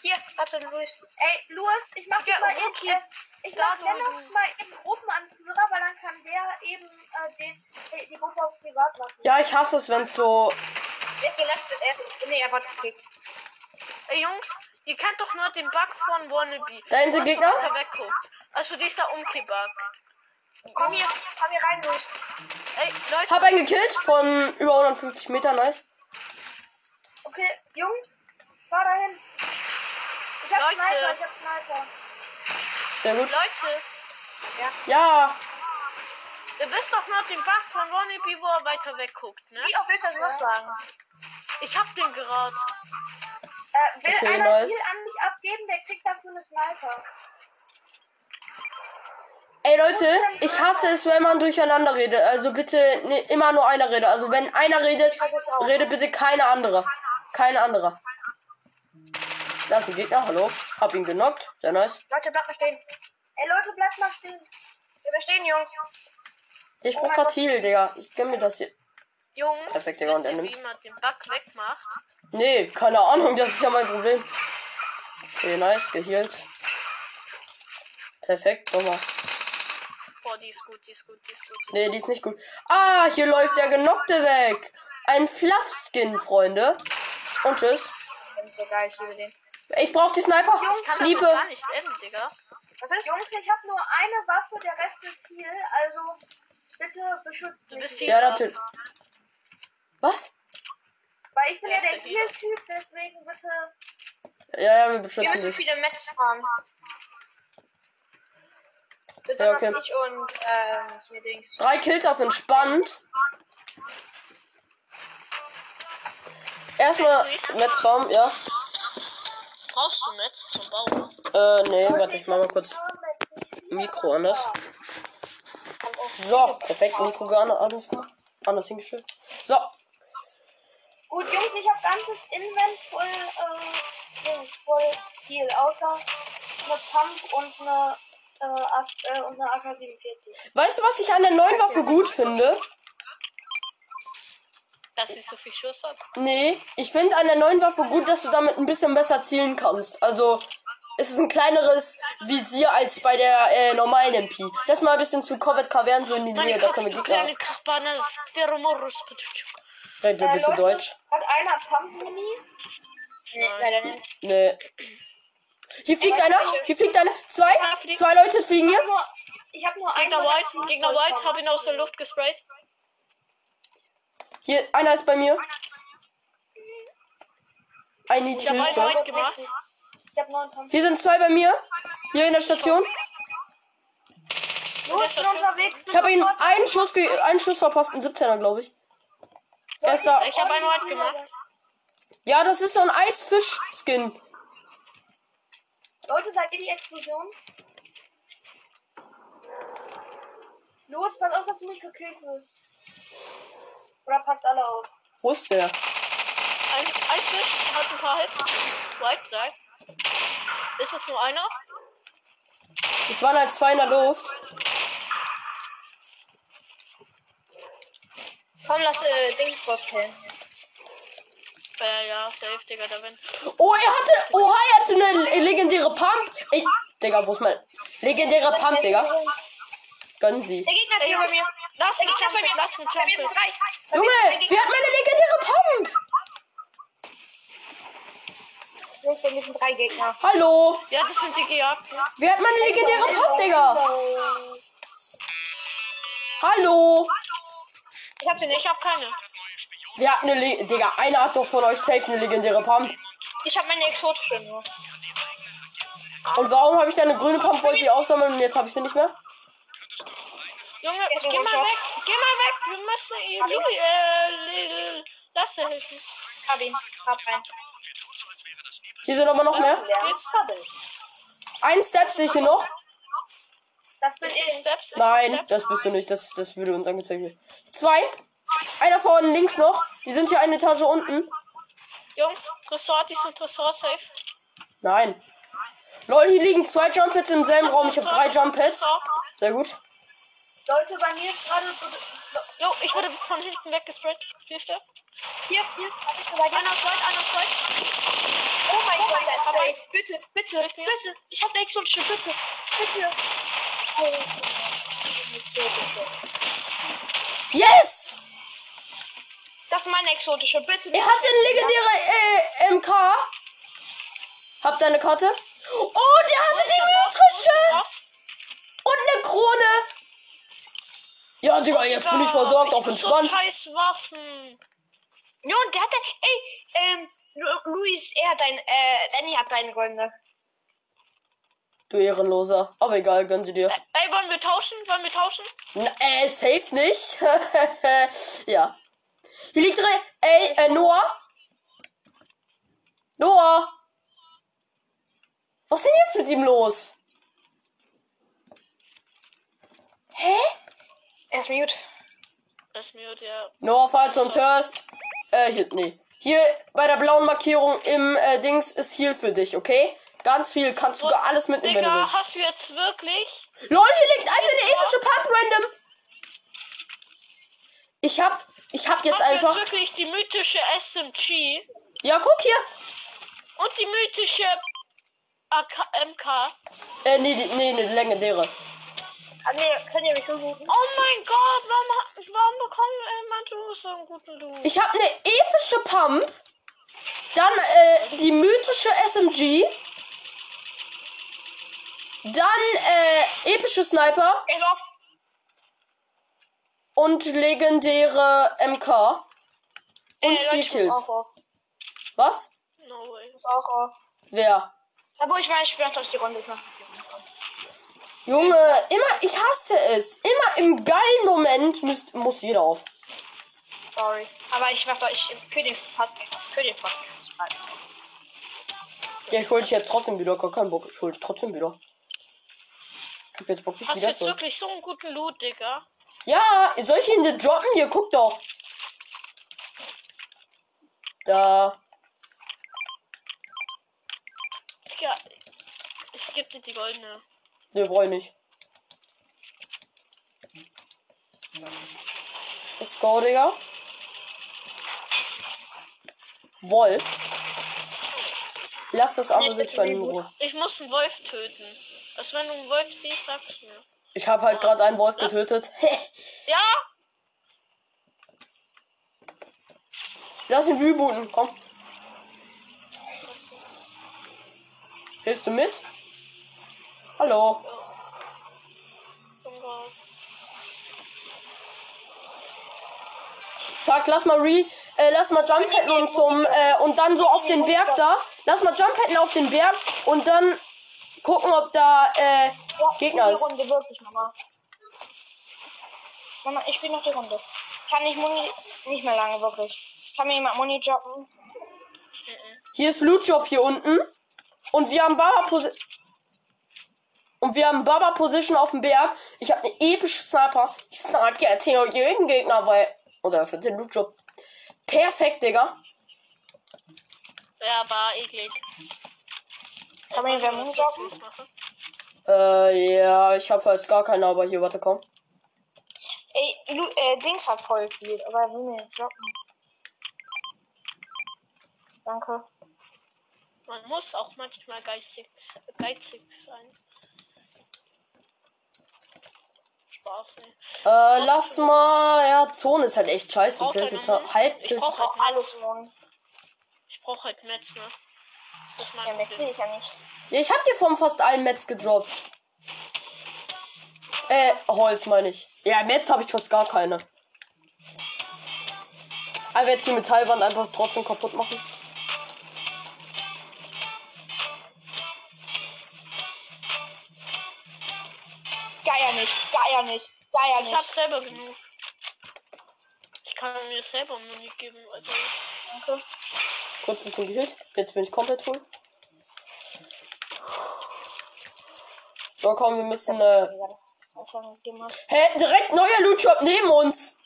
[SPEAKER 3] Hier, warte, Luis.
[SPEAKER 4] Ey, Luis, ich mach dich
[SPEAKER 2] Ja,
[SPEAKER 4] mal in.
[SPEAKER 2] okay.
[SPEAKER 4] Äh, ich
[SPEAKER 2] Da,
[SPEAKER 4] mach
[SPEAKER 2] du-
[SPEAKER 4] Dennis mal in Gruppenanführer, weil dann kann der eben äh, den, die- die Gruppe auf privat machen.
[SPEAKER 1] Ja, ich hasse es, wenn's so
[SPEAKER 3] Wird gelastet, er ist. Nee, er wird gekriegt.
[SPEAKER 2] Ey Jungs, Ihr kennt doch nur den Bug von Wannabe.
[SPEAKER 1] Da hinten
[SPEAKER 2] Als
[SPEAKER 1] Gegner?
[SPEAKER 2] man weiter wegguckt. Also dieser Umkehbug.
[SPEAKER 3] Komm hier, komm hier rein, Luis.
[SPEAKER 2] Ey, Leute,
[SPEAKER 1] Hab einen gekillt von über 150 Metern, nice.
[SPEAKER 4] Okay, Jungs, fahr dahin. Ich hab
[SPEAKER 2] Leute.
[SPEAKER 4] Sniper, ich hab Sniper.
[SPEAKER 1] Sehr gut.
[SPEAKER 2] Leute,
[SPEAKER 1] Ja,
[SPEAKER 2] ihr wisst doch nur den Bug von Wannabe, wo er weiter wegguckt, ne?
[SPEAKER 3] Wie oft willst du das noch sagen?
[SPEAKER 2] Ich hab den gerade.
[SPEAKER 4] Äh, will
[SPEAKER 1] Okay,
[SPEAKER 4] einer
[SPEAKER 1] nice.
[SPEAKER 4] Ziel an mich abgeben, der kriegt dafür eine Sniper.
[SPEAKER 1] Ey Leute, ich hasse es, wenn man durcheinander redet. Also bitte ne, immer nur einer redet. Also wenn einer redet, redet bitte keine andere. Keine andere. Da ist ein Gegner, hallo. Hab ihn genockt. Sehr nice.
[SPEAKER 3] Leute, bleibt mal stehen.
[SPEAKER 4] Ey Leute, bleibt mal stehen.
[SPEAKER 3] Wir stehen, Jungs.
[SPEAKER 1] Ich brauch grad Heal, Digga. Ich gönn mir das hier.
[SPEAKER 2] Jungs,
[SPEAKER 1] Perfekt, der
[SPEAKER 2] wisst
[SPEAKER 1] Round
[SPEAKER 2] ihr,
[SPEAKER 1] endet.
[SPEAKER 2] wie man den Bug wegmacht?
[SPEAKER 1] Nee, keine Ahnung, das ist ja mein Problem. Okay, nice, gehealt. Perfekt, nochmal.
[SPEAKER 2] Boah, die ist gut, die ist gut, die ist gut.
[SPEAKER 1] Nee, die ist nicht gut. Ah, hier läuft der Genockte weg. Ein Fluff-Skin, Freunde. Und tschüss.
[SPEAKER 3] Das ist so geil, ich liebe den.
[SPEAKER 1] Ich brauch die Sniper.
[SPEAKER 2] Ich kann das
[SPEAKER 1] Liebe.
[SPEAKER 2] doch gar nicht enden, Digga.
[SPEAKER 3] Was ist?
[SPEAKER 4] Jungs, ich hab nur eine Waffe, der Rest ist Heal, also bitte beschützt
[SPEAKER 2] Du
[SPEAKER 4] mich.
[SPEAKER 2] bist
[SPEAKER 4] nicht.
[SPEAKER 1] Ja,
[SPEAKER 2] Healer.
[SPEAKER 1] natürlich. Was?
[SPEAKER 4] Weil ich bin
[SPEAKER 2] Der
[SPEAKER 4] ja
[SPEAKER 2] ist
[SPEAKER 4] der
[SPEAKER 2] der Healer.
[SPEAKER 4] Heal-Typ, deswegen bitte.
[SPEAKER 1] Ja, ja, wir
[SPEAKER 3] Wir
[SPEAKER 1] beschützen
[SPEAKER 3] müssen
[SPEAKER 1] dich.
[SPEAKER 3] viele Mets farmen.
[SPEAKER 1] Ja,
[SPEAKER 3] Besonders
[SPEAKER 1] okay.
[SPEAKER 3] ich und, ähm, hier Dings.
[SPEAKER 1] Drei Kills auf entspannt. Erstmal Metform, ja.
[SPEAKER 2] Brauchst du Netz zum Bauen? ne?
[SPEAKER 1] Äh, nee, warte, ich mach mal kurz Mikro anders. So, perfekt, Mikro gar nicht anders gemacht. Anders hingestellt. So,
[SPEAKER 4] Gut, Jungs, ich hab ganzes Invent voll, äh, Dings, voll Heal, außer eine Pump und eine, äh, A- äh, und eine AK-47.
[SPEAKER 1] weißt du, was ich an der neuen Waffe gut finde?
[SPEAKER 2] Dass sie so viel Schuss hat.
[SPEAKER 1] Nee, ich finde an der neuen Waffe gut, dass du damit ein bisschen besser zielen kannst. Also, es ist ein kleineres Visier als bei der äh, normalen MP. Lass mal ein bisschen zu Covet Kavern so in die
[SPEAKER 2] Meine
[SPEAKER 1] Nähe, da
[SPEAKER 2] Katze,
[SPEAKER 1] können wir
[SPEAKER 2] du
[SPEAKER 1] Gegner.
[SPEAKER 2] kleine Kachbane, das ist der Romorus.
[SPEAKER 1] Rede
[SPEAKER 4] Äh,
[SPEAKER 1] bitte
[SPEAKER 4] Leute,
[SPEAKER 1] Deutsch.
[SPEAKER 4] Hat einer Pump-Mini?
[SPEAKER 3] Nee, leider nicht.
[SPEAKER 1] Nee. Hier fliegt einer, hier fliegt einer. Zwei, zwei Leute fliegen hier.
[SPEAKER 4] Nur- Ich hab nur
[SPEAKER 2] Gegner
[SPEAKER 4] eine
[SPEAKER 2] White, Gegner White, hab ihn aus der Luft gesprayt.
[SPEAKER 1] Hier, einer ist bei mir. Ein
[SPEAKER 2] Ich hab einen
[SPEAKER 1] Hilfe.
[SPEAKER 2] White gemacht.
[SPEAKER 4] Ich hab neun Pump.
[SPEAKER 1] Hier sind zwei bei mir. Hier in der Station.
[SPEAKER 4] Los, bin unterwegs.
[SPEAKER 1] Ich habe ihnen einen Schuss, ge einen Schuss verpasst, einen 17er, glaube ich. Er ist da.
[SPEAKER 2] Ich hab einen White gemacht.
[SPEAKER 1] Ja, das ist so ein Eisfisch-Skin.
[SPEAKER 4] Leute, seid ihr die Explosion? Los, pass auf, dass du nicht gekillt wirst. Oder passt alle auf.
[SPEAKER 1] Wo ist der?
[SPEAKER 2] Ein, ein Fisch hat ein paar Hits. White, drei. Ist es nur einer?
[SPEAKER 1] Es waren halt zwei in der Luft.
[SPEAKER 3] Komm, lass, äh, Dings rauskillen.
[SPEAKER 2] Äh, ja, safe, Digga, da bin
[SPEAKER 1] Oh, er hatte. Oha, er hatte eine legendäre Pump. Ey, Digga, wo ist mein. Legendäre Pump, Digga. Gönnen sie.
[SPEAKER 3] Der Gegner ist
[SPEAKER 2] Ey,
[SPEAKER 3] hier bei mir.
[SPEAKER 2] Lass
[SPEAKER 3] Der
[SPEAKER 2] mich
[SPEAKER 3] Gegner ist bei mir.
[SPEAKER 2] jumpen, lass mich
[SPEAKER 3] Bei mir sind
[SPEAKER 2] jumpen.
[SPEAKER 3] drei. Bei
[SPEAKER 1] Junge,
[SPEAKER 3] mir sind drei
[SPEAKER 1] wer hat meine legendäre Pump?
[SPEAKER 3] Gegner. Jungs, Bei mir sind drei Gegner.
[SPEAKER 1] Hallo,
[SPEAKER 2] Ja, das sind die Gejagten.
[SPEAKER 1] wer hat meine legendäre Pump, Digga? Hallo,
[SPEAKER 3] Ich hab den nicht.
[SPEAKER 2] Ich hab keine.
[SPEAKER 1] wer hat eine Le Digga, einer hat doch von euch safe eine legendäre Pump.
[SPEAKER 3] Ich hab meine exotische nur.
[SPEAKER 1] Und warum habe ich da eine grüne Pump, wollte ich aufsammeln und jetzt habe ich sie nicht mehr?
[SPEAKER 2] Junge,
[SPEAKER 3] ist ein
[SPEAKER 2] geh mal
[SPEAKER 3] One-Shot.
[SPEAKER 2] weg. Geh mal weg. Wir müssen ihn. Louis, äh, Lidl. Lass er helfen.
[SPEAKER 3] Hab ihn. Hab einen.
[SPEAKER 1] Hier sind aber noch mehr.
[SPEAKER 2] Geht's?
[SPEAKER 1] Ein Stat sehe ich hier noch.
[SPEAKER 4] Das bin
[SPEAKER 2] Ist es
[SPEAKER 4] ich.
[SPEAKER 2] Steps? Ist es
[SPEAKER 1] Nein,
[SPEAKER 2] Steps?
[SPEAKER 1] das bist du nicht. Das, das würde uns angezeigt werden. Zwei. Einer vorne links noch. Die sind hier eine Etage unten.
[SPEAKER 2] Jungs, Ressort, die sind Ressort safe.
[SPEAKER 1] Nein. Lol, hier liegen zwei Jump-Pads im selben Raum. Ich habe drei
[SPEAKER 2] Ressort,
[SPEAKER 1] Jump-Pads.
[SPEAKER 2] Ressort.
[SPEAKER 1] Sehr gut.
[SPEAKER 4] Leute, bei mir ist gerade so.
[SPEAKER 2] Jo, ich wurde von hinten weggesprayt. Hilft er?
[SPEAKER 3] Hier, hier. Hab ich dabei.
[SPEAKER 2] Einer ist weit, einer ist weit.
[SPEAKER 3] Oh mein Gott, da ist
[SPEAKER 2] Gott.
[SPEAKER 3] aber jetzt. Bitte, bitte, bitte. Ich hab eine exotische. Bitte, bitte. Oh, bitte.
[SPEAKER 1] Yes!
[SPEAKER 3] Das ist meine exotische. Bitte.
[SPEAKER 1] Er hat eine legendäre äh, MK. Hab deine Karte. Oh, der hatte den mythische und eine Krone. Ja, Digga, Ah, jetzt bin ich versorgt auf entspannt.
[SPEAKER 2] So scheiß Waffen.
[SPEAKER 3] Ja, und der hatte. Ey, ähm, Lu- Luis, er hat dein. Äh, Lenny hat deine goldene.
[SPEAKER 1] Du Ehrenloser. Aber egal, gönn sie dir.
[SPEAKER 2] Ey, wollen wir tauschen? Wollen wir tauschen?
[SPEAKER 1] Na, äh, safe nicht. ja. Hier liegt drin. Ey, äh, Noah. Noah. Was ist denn jetzt mit ihm los? Hä?
[SPEAKER 3] Er ist mute.
[SPEAKER 2] Das ist mir der.
[SPEAKER 1] Noah, falls du uns hörst. Äh, hier, nee. Hier bei der blauen Markierung im äh, Dings ist Heal für dich, okay? Ganz viel, kannst du sogar alles mitnehmen, wenn du
[SPEAKER 2] Digga,
[SPEAKER 1] willst.
[SPEAKER 2] hast du jetzt wirklich?
[SPEAKER 1] Lol, hier liegt einfach eine epische Pump random. Ich hab, ich hab jetzt
[SPEAKER 2] Hast du
[SPEAKER 1] einfach.
[SPEAKER 2] jetzt wirklich die mythische SMG
[SPEAKER 1] Ja, guck hier.
[SPEAKER 2] und die mythische AK MK?
[SPEAKER 1] Äh, nee, die- nee, nee, legendäre.
[SPEAKER 3] Ah, nee, könnt ihr mich umrufen?
[SPEAKER 2] Oh mein Gott, warum, ha- warum bekommen äh, manche so einen guten Loot?
[SPEAKER 1] Ich hab eine epische Pump. Dann äh, die mythische SMG. Dann äh, epische Sniper
[SPEAKER 3] Er ist auf.
[SPEAKER 1] und legendäre MK. Und
[SPEAKER 3] Äh,
[SPEAKER 1] vier
[SPEAKER 3] Leute, ich muss
[SPEAKER 1] Kills.
[SPEAKER 3] auch auf.
[SPEAKER 1] Was?
[SPEAKER 2] No way.
[SPEAKER 3] Ich muss auch auf.
[SPEAKER 1] Wer?
[SPEAKER 3] Obwohl, ich weiß, ich spiele euch die Runde. Ich mach die Runde.
[SPEAKER 1] Junge, immer, ich hasse es. Immer im geilen Moment müsst, muss jeder auf.
[SPEAKER 3] Sorry. Aber ich mach euch für den Podcast. Für den Podcast. bald.
[SPEAKER 1] Ja, ich hol dich jetzt trotzdem wieder. Gar keinen Bock. Ich hol dich trotzdem wieder. Ich hab jetzt Bock, dich
[SPEAKER 2] Hast du
[SPEAKER 1] wieder
[SPEAKER 2] jetzt
[SPEAKER 1] zu.
[SPEAKER 2] wirklich so einen guten Loot, Digga?
[SPEAKER 1] Ja, soll ich ihn denn droppen? Hier, guck doch. Da.
[SPEAKER 2] Digga, ich geb dir die goldene.
[SPEAKER 1] Ne, brauch ich nicht. Let's go, Digga. Wolf. Lass das arme
[SPEAKER 3] Nee, ich
[SPEAKER 1] Bitch bei
[SPEAKER 3] bin
[SPEAKER 1] mir in Ruhe.
[SPEAKER 2] Ich muss einen Wolf töten. Was, wenn du einen Wolf siehst, sag's mir.
[SPEAKER 1] Ich habe halt gerade einen Wolf getötet.
[SPEAKER 2] Ja?
[SPEAKER 1] Lass ihn rebooten, komm. Hilfst du mit? Hallo.
[SPEAKER 2] Oh Gott.
[SPEAKER 1] Sag, lass mal re, äh, lass mal Jumphetten und zum, äh, und dann so auf den Berg da. Lass mal Jumphetten auf den Berg und dann gucken, ob da, äh,
[SPEAKER 3] Ja,
[SPEAKER 1] Gegner
[SPEAKER 3] ich
[SPEAKER 1] ist.
[SPEAKER 3] spiel die Runde, wirklich, Mama. Mama, ich spiele noch die Runde. Kann ich Muni. Nicht mehr lange, wirklich. Kann mir jemand Muni droppen?
[SPEAKER 1] Hier ist Loot Job hier unten. Und wir haben Baba Position. Und wir haben Baba Position auf dem Berg. Ich habe eine epische Sniper. Ich snipe jetzt hier jeden Gegner, weil. Oder öffnet den Loot Job. Perfekt, Digga.
[SPEAKER 2] Ja, war eklig.
[SPEAKER 3] Kann mir jemand Muni
[SPEAKER 2] Was
[SPEAKER 3] droppen?
[SPEAKER 2] ich jetzt mache?
[SPEAKER 1] Äh, ja, ich habe jetzt gar keine, aber hier, warte, komm.
[SPEAKER 3] Ey, Lu äh, Dings hat voll viel, aber er will mir nicht droppen. Danke.
[SPEAKER 2] Man muss auch manchmal geizig, geizig sein. Spaß, ey.
[SPEAKER 1] Äh, lass mal. Ja, Zone ist halt echt scheiße.
[SPEAKER 2] Braucht
[SPEAKER 1] Tilted,
[SPEAKER 2] er noch einen?
[SPEAKER 1] halb
[SPEAKER 2] Ich
[SPEAKER 1] tilted.
[SPEAKER 2] brauch-
[SPEAKER 3] Auch alles Muni.
[SPEAKER 2] Ich brauche halt Metz, ne? Das ist mein
[SPEAKER 3] Ja, mehr will
[SPEAKER 2] Problem.
[SPEAKER 3] ich ja nicht.
[SPEAKER 1] Ja, ich hab dir vom fast allen Metz gedroppt. Äh, Holz meine ich. Ja, Metz habe ich fast gar keine. Aber jetzt die Metallwand einfach trotzdem kaputt machen.
[SPEAKER 3] Geier nicht, geier Ah nicht, geier
[SPEAKER 2] Ich
[SPEAKER 3] nicht.
[SPEAKER 2] hab selber genug. Ich kann mir selber Muni geben, also.
[SPEAKER 3] Danke.
[SPEAKER 1] Kurz ein bisschen gehilft. Jetzt bin ich komplett voll. So, komm, wir müssen, äh,
[SPEAKER 3] Ja, das ist das einfach mit dem Mann.
[SPEAKER 1] Hä, direkt neuer Loot Shop neben uns.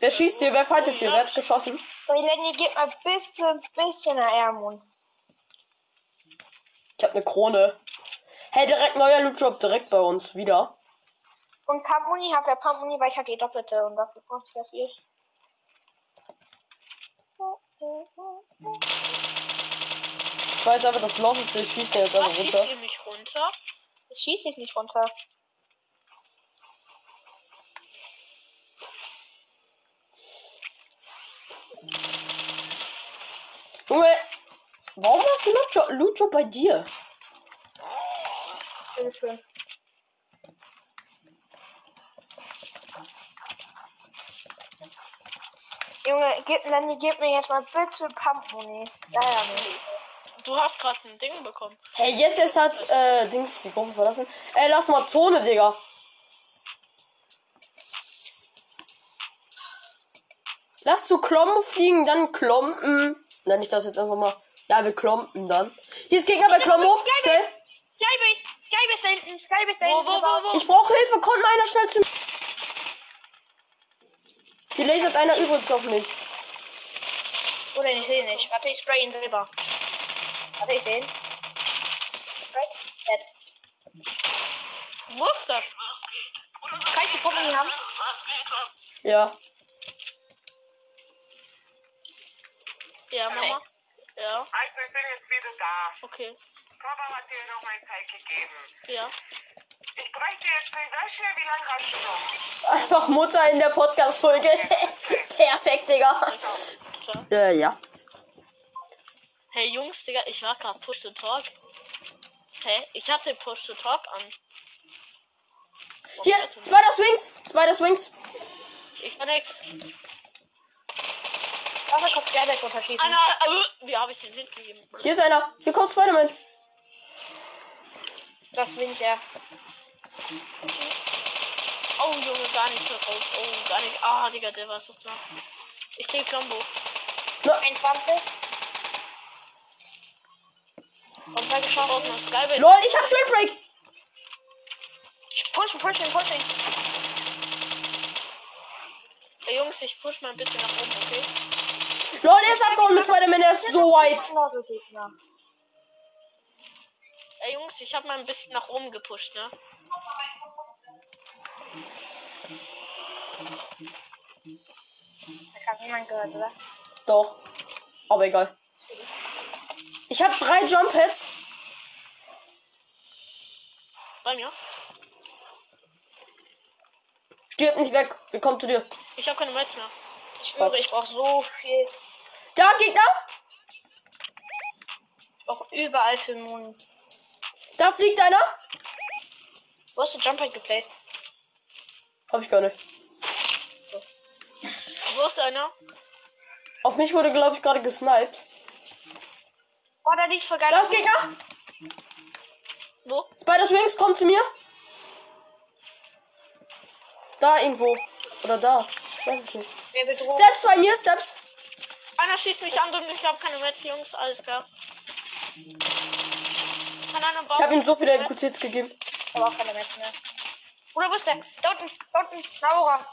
[SPEAKER 1] Wer schießt hier? Wer fightet hier? Wer hat geschossen?
[SPEAKER 3] Ey, Lenny, gib mal ein bisschen, bisschen Ärmung.
[SPEAKER 1] Ich hab eine Krone. Hä, direkt neuer Loot Shop direkt bei uns wieder.
[SPEAKER 3] Und Pampuni hat ja Pampuni, weil ich habe die doppelte und dafür brauche ich sehr viel.
[SPEAKER 1] Ich weiß aber, das Loch ist, ich schieße jetzt
[SPEAKER 2] Was
[SPEAKER 1] einfach
[SPEAKER 2] schießt
[SPEAKER 1] runter.
[SPEAKER 2] ihr mich runter?
[SPEAKER 3] Ich schieße dich nicht runter.
[SPEAKER 1] Junge, Warum hast du Lucho, Lucho bei dir?
[SPEAKER 3] Bitteschön. Junge, gib, Lenny, gib mir jetzt mal bitte Pamponi. Leider nicht.
[SPEAKER 2] Du hast gerade ein Ding bekommen.
[SPEAKER 1] Hey, jetzt erst hat äh, Dings die Gruppe verlassen. Ey, lass mal Zone, Digga. Lass zu Klompen fliegen, dann Klompen. Nenn ich das jetzt einfach mal. Ja, wir klompen dann. Hier ist Gegner bei Klombo. Schnell.
[SPEAKER 3] Skybase! Skybase da hinten! Skybase da
[SPEAKER 2] Wo,
[SPEAKER 3] hinten!
[SPEAKER 2] wo, wo, wo?
[SPEAKER 1] Ich brauche Hilfe. Kommt mal einer schnell zu mir. Die lasert einer übrigens auf mich.
[SPEAKER 3] wo? Oder ich sehe nicht. Warte, ich spray ihn selber. Warte, ich sehe ihn. Spray. Dead.
[SPEAKER 2] Wo ist das?
[SPEAKER 3] Kann ich die Puppe hier haben?
[SPEAKER 1] Ja.
[SPEAKER 2] Ja, Mama. Ja,
[SPEAKER 5] Also ich bin jetzt wieder da.
[SPEAKER 2] okay.
[SPEAKER 5] Papa hat dir noch mein Zeit gegeben.
[SPEAKER 2] Ja.
[SPEAKER 5] Ich bräuchte jetzt die Wäsche. Wie lange hast du noch?
[SPEAKER 1] Einfach Mutter in der Podcast-Folge. Perfekt, Digga.
[SPEAKER 2] Klar.
[SPEAKER 1] Äh, ja.
[SPEAKER 2] Hey Jungs, Digga, ich war gerade Push to Talk. Hä? Ich hatte Push to Talk an.
[SPEAKER 1] Hier, Spider Swings. Spider Swings.
[SPEAKER 2] Ich war nix.
[SPEAKER 3] Lass mal kurz Skybase runterschießen.
[SPEAKER 2] Anna, äh, wie habe ich den Hit gegeben?
[SPEAKER 1] Hier ist einer. Hier kommt Spider-Man.
[SPEAKER 3] Das winkt er.
[SPEAKER 2] Oh Junge, gar nicht so raus. Oh, gar nicht. Ah, Digga, der war so knapp. Ich krieg Combo.
[SPEAKER 3] 21.
[SPEAKER 2] Und mal geschaut auf noch Skybase.
[SPEAKER 1] Lol, ich hab Shield Break.
[SPEAKER 3] Pushen, pushen, pushen.
[SPEAKER 2] Hey Jungs, ich push mal ein bisschen nach oben, okay?
[SPEAKER 1] Lol, er ist abgehauen mit Spider-Man. Er ist so weit.
[SPEAKER 3] Genau so Gegner.
[SPEAKER 2] Ey Jungs, ich habe mal ein bisschen nach oben gepusht, ne?
[SPEAKER 3] Da hat niemand gehört, oder?
[SPEAKER 1] Doch. Aber egal. Ich hab drei Jump Pads.
[SPEAKER 2] Bei mir?
[SPEAKER 1] Stirb nicht weg. Wir kommen zu dir.
[SPEAKER 2] Ich habe keine Mats mehr.
[SPEAKER 3] Ich schwöre, ich brauche so viel.
[SPEAKER 1] Da, Gegner.
[SPEAKER 3] Ich brauche überall für Moon.
[SPEAKER 1] Da fliegt einer.
[SPEAKER 3] Wo hast du Jumper geplaced?
[SPEAKER 1] Hab ich gar nicht.
[SPEAKER 2] Wo ist ne? einer?
[SPEAKER 1] Auf mich wurde, glaube ich, gerade gesniped.
[SPEAKER 3] Oh, da liegt voll geil.
[SPEAKER 1] Da ist Gegner.
[SPEAKER 2] Wo?
[SPEAKER 1] Spider Swings, komm zu mir. Da irgendwo. Oder da. Ich weiß es nicht.
[SPEAKER 3] Wer bedroht?
[SPEAKER 1] Steps bei mir, Steps.
[SPEAKER 2] Einer schießt mich an und ich habe keine Mats, Jungs. Alles klar. Kann einer bauen?
[SPEAKER 1] Ich hab ihm so viele Impuls gegeben.
[SPEAKER 3] Ich habe auch keine Menschen mehr. Oder ne? wo ist der? Da unten, da unten. Laura.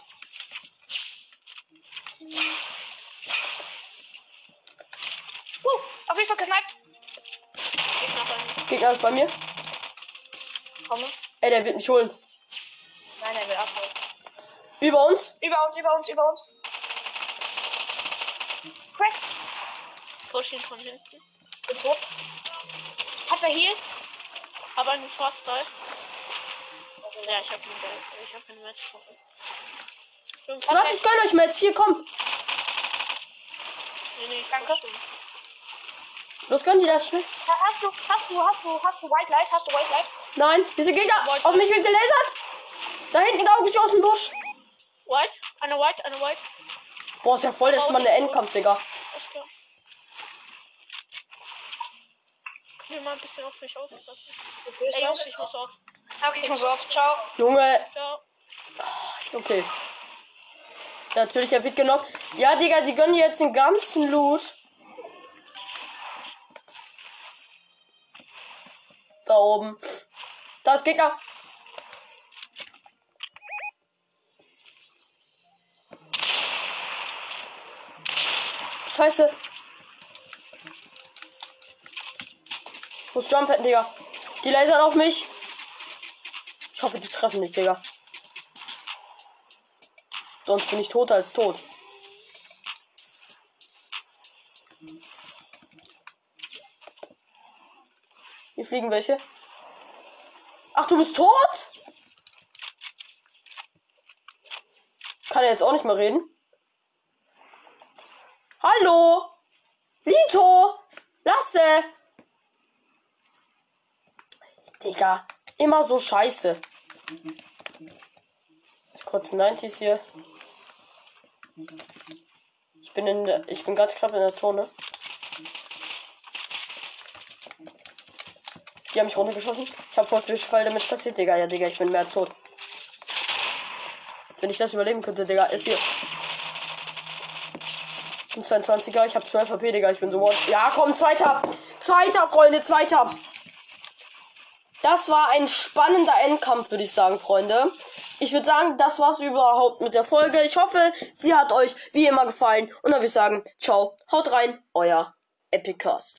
[SPEAKER 3] Uh, auf jeden Fall gesniped.
[SPEAKER 2] Gegner bei mir.
[SPEAKER 1] Gegner ist bei mir.
[SPEAKER 3] Komme.
[SPEAKER 1] Ey, der wird mich holen.
[SPEAKER 3] Nein, er will abhauen.
[SPEAKER 1] Über uns.
[SPEAKER 3] Über uns, über uns, über uns. Crack.
[SPEAKER 2] Push ihn von hinten.
[SPEAKER 3] Ist tot. Hat er hier?
[SPEAKER 2] Hab einen Fast Dive. Ja, ich habe keine, ich hab keine Mats. Jungs,
[SPEAKER 1] Was? Ich gönn euch mal jetzt. Hier, komm.
[SPEAKER 2] Nee, nee, ich
[SPEAKER 3] Danke.
[SPEAKER 2] push ihn.
[SPEAKER 1] Los, gönn die das schnell.
[SPEAKER 3] Ha- Hast du, hast du, hast du, hast du White Life? Hast du White Life?
[SPEAKER 1] Nein, diese Gegner. Auf mich wird gelasert. Da hinten tauge ich aus dem Busch.
[SPEAKER 2] White? Eine White? Eine White?
[SPEAKER 1] Boah, ist ja voll, das ist mal der Endkampf, Digga.
[SPEAKER 2] Alles klar. Können wir mal ein bisschen auf mich aufpassen? Ey, Jungs, ich muss auf.
[SPEAKER 3] Ah, Okay, ich muss auf. Ciao.
[SPEAKER 1] Junge,
[SPEAKER 2] Ciao.
[SPEAKER 1] okay. Ja, natürlich, er wird genommen. Ja, Digga, die gönnen dir jetzt den ganzen Loot. Da oben. Da ist Gegner. Scheiße. Muss jumpen, Digga. Die lasern auf mich. Ich hoffe, die treffen nicht, Digga. Sonst bin ich tot als tot. Hier fliegen welche. Ach, du bist tot? Kann er jetzt auch nicht mehr reden? Hallo? Lito? Lass Taste. Digga, immer so scheiße. Ist Kurz 90s hier. Ich bin in der, ich bin ganz knapp in der Zone. Die haben mich runtergeschossen. Ich habe voll viel Fall damit passiert, Digga. Ja, Digga, ich bin mehr als tot. Wenn ich das überleben könnte, Digga, ist hier. Ich bin 22er, ich habe 12 HP, Digga, ich bin so one. Ja, komm, zweiter. Zweiter, Freunde, zweiter. Das war ein spannender Endkampf, würde ich sagen, Freunde. Ich würde sagen, das war's überhaupt mit der Folge. Ich hoffe, sie hat euch wie immer gefallen. Und dann würde ich sagen, ciao, haut rein, euer Epicast.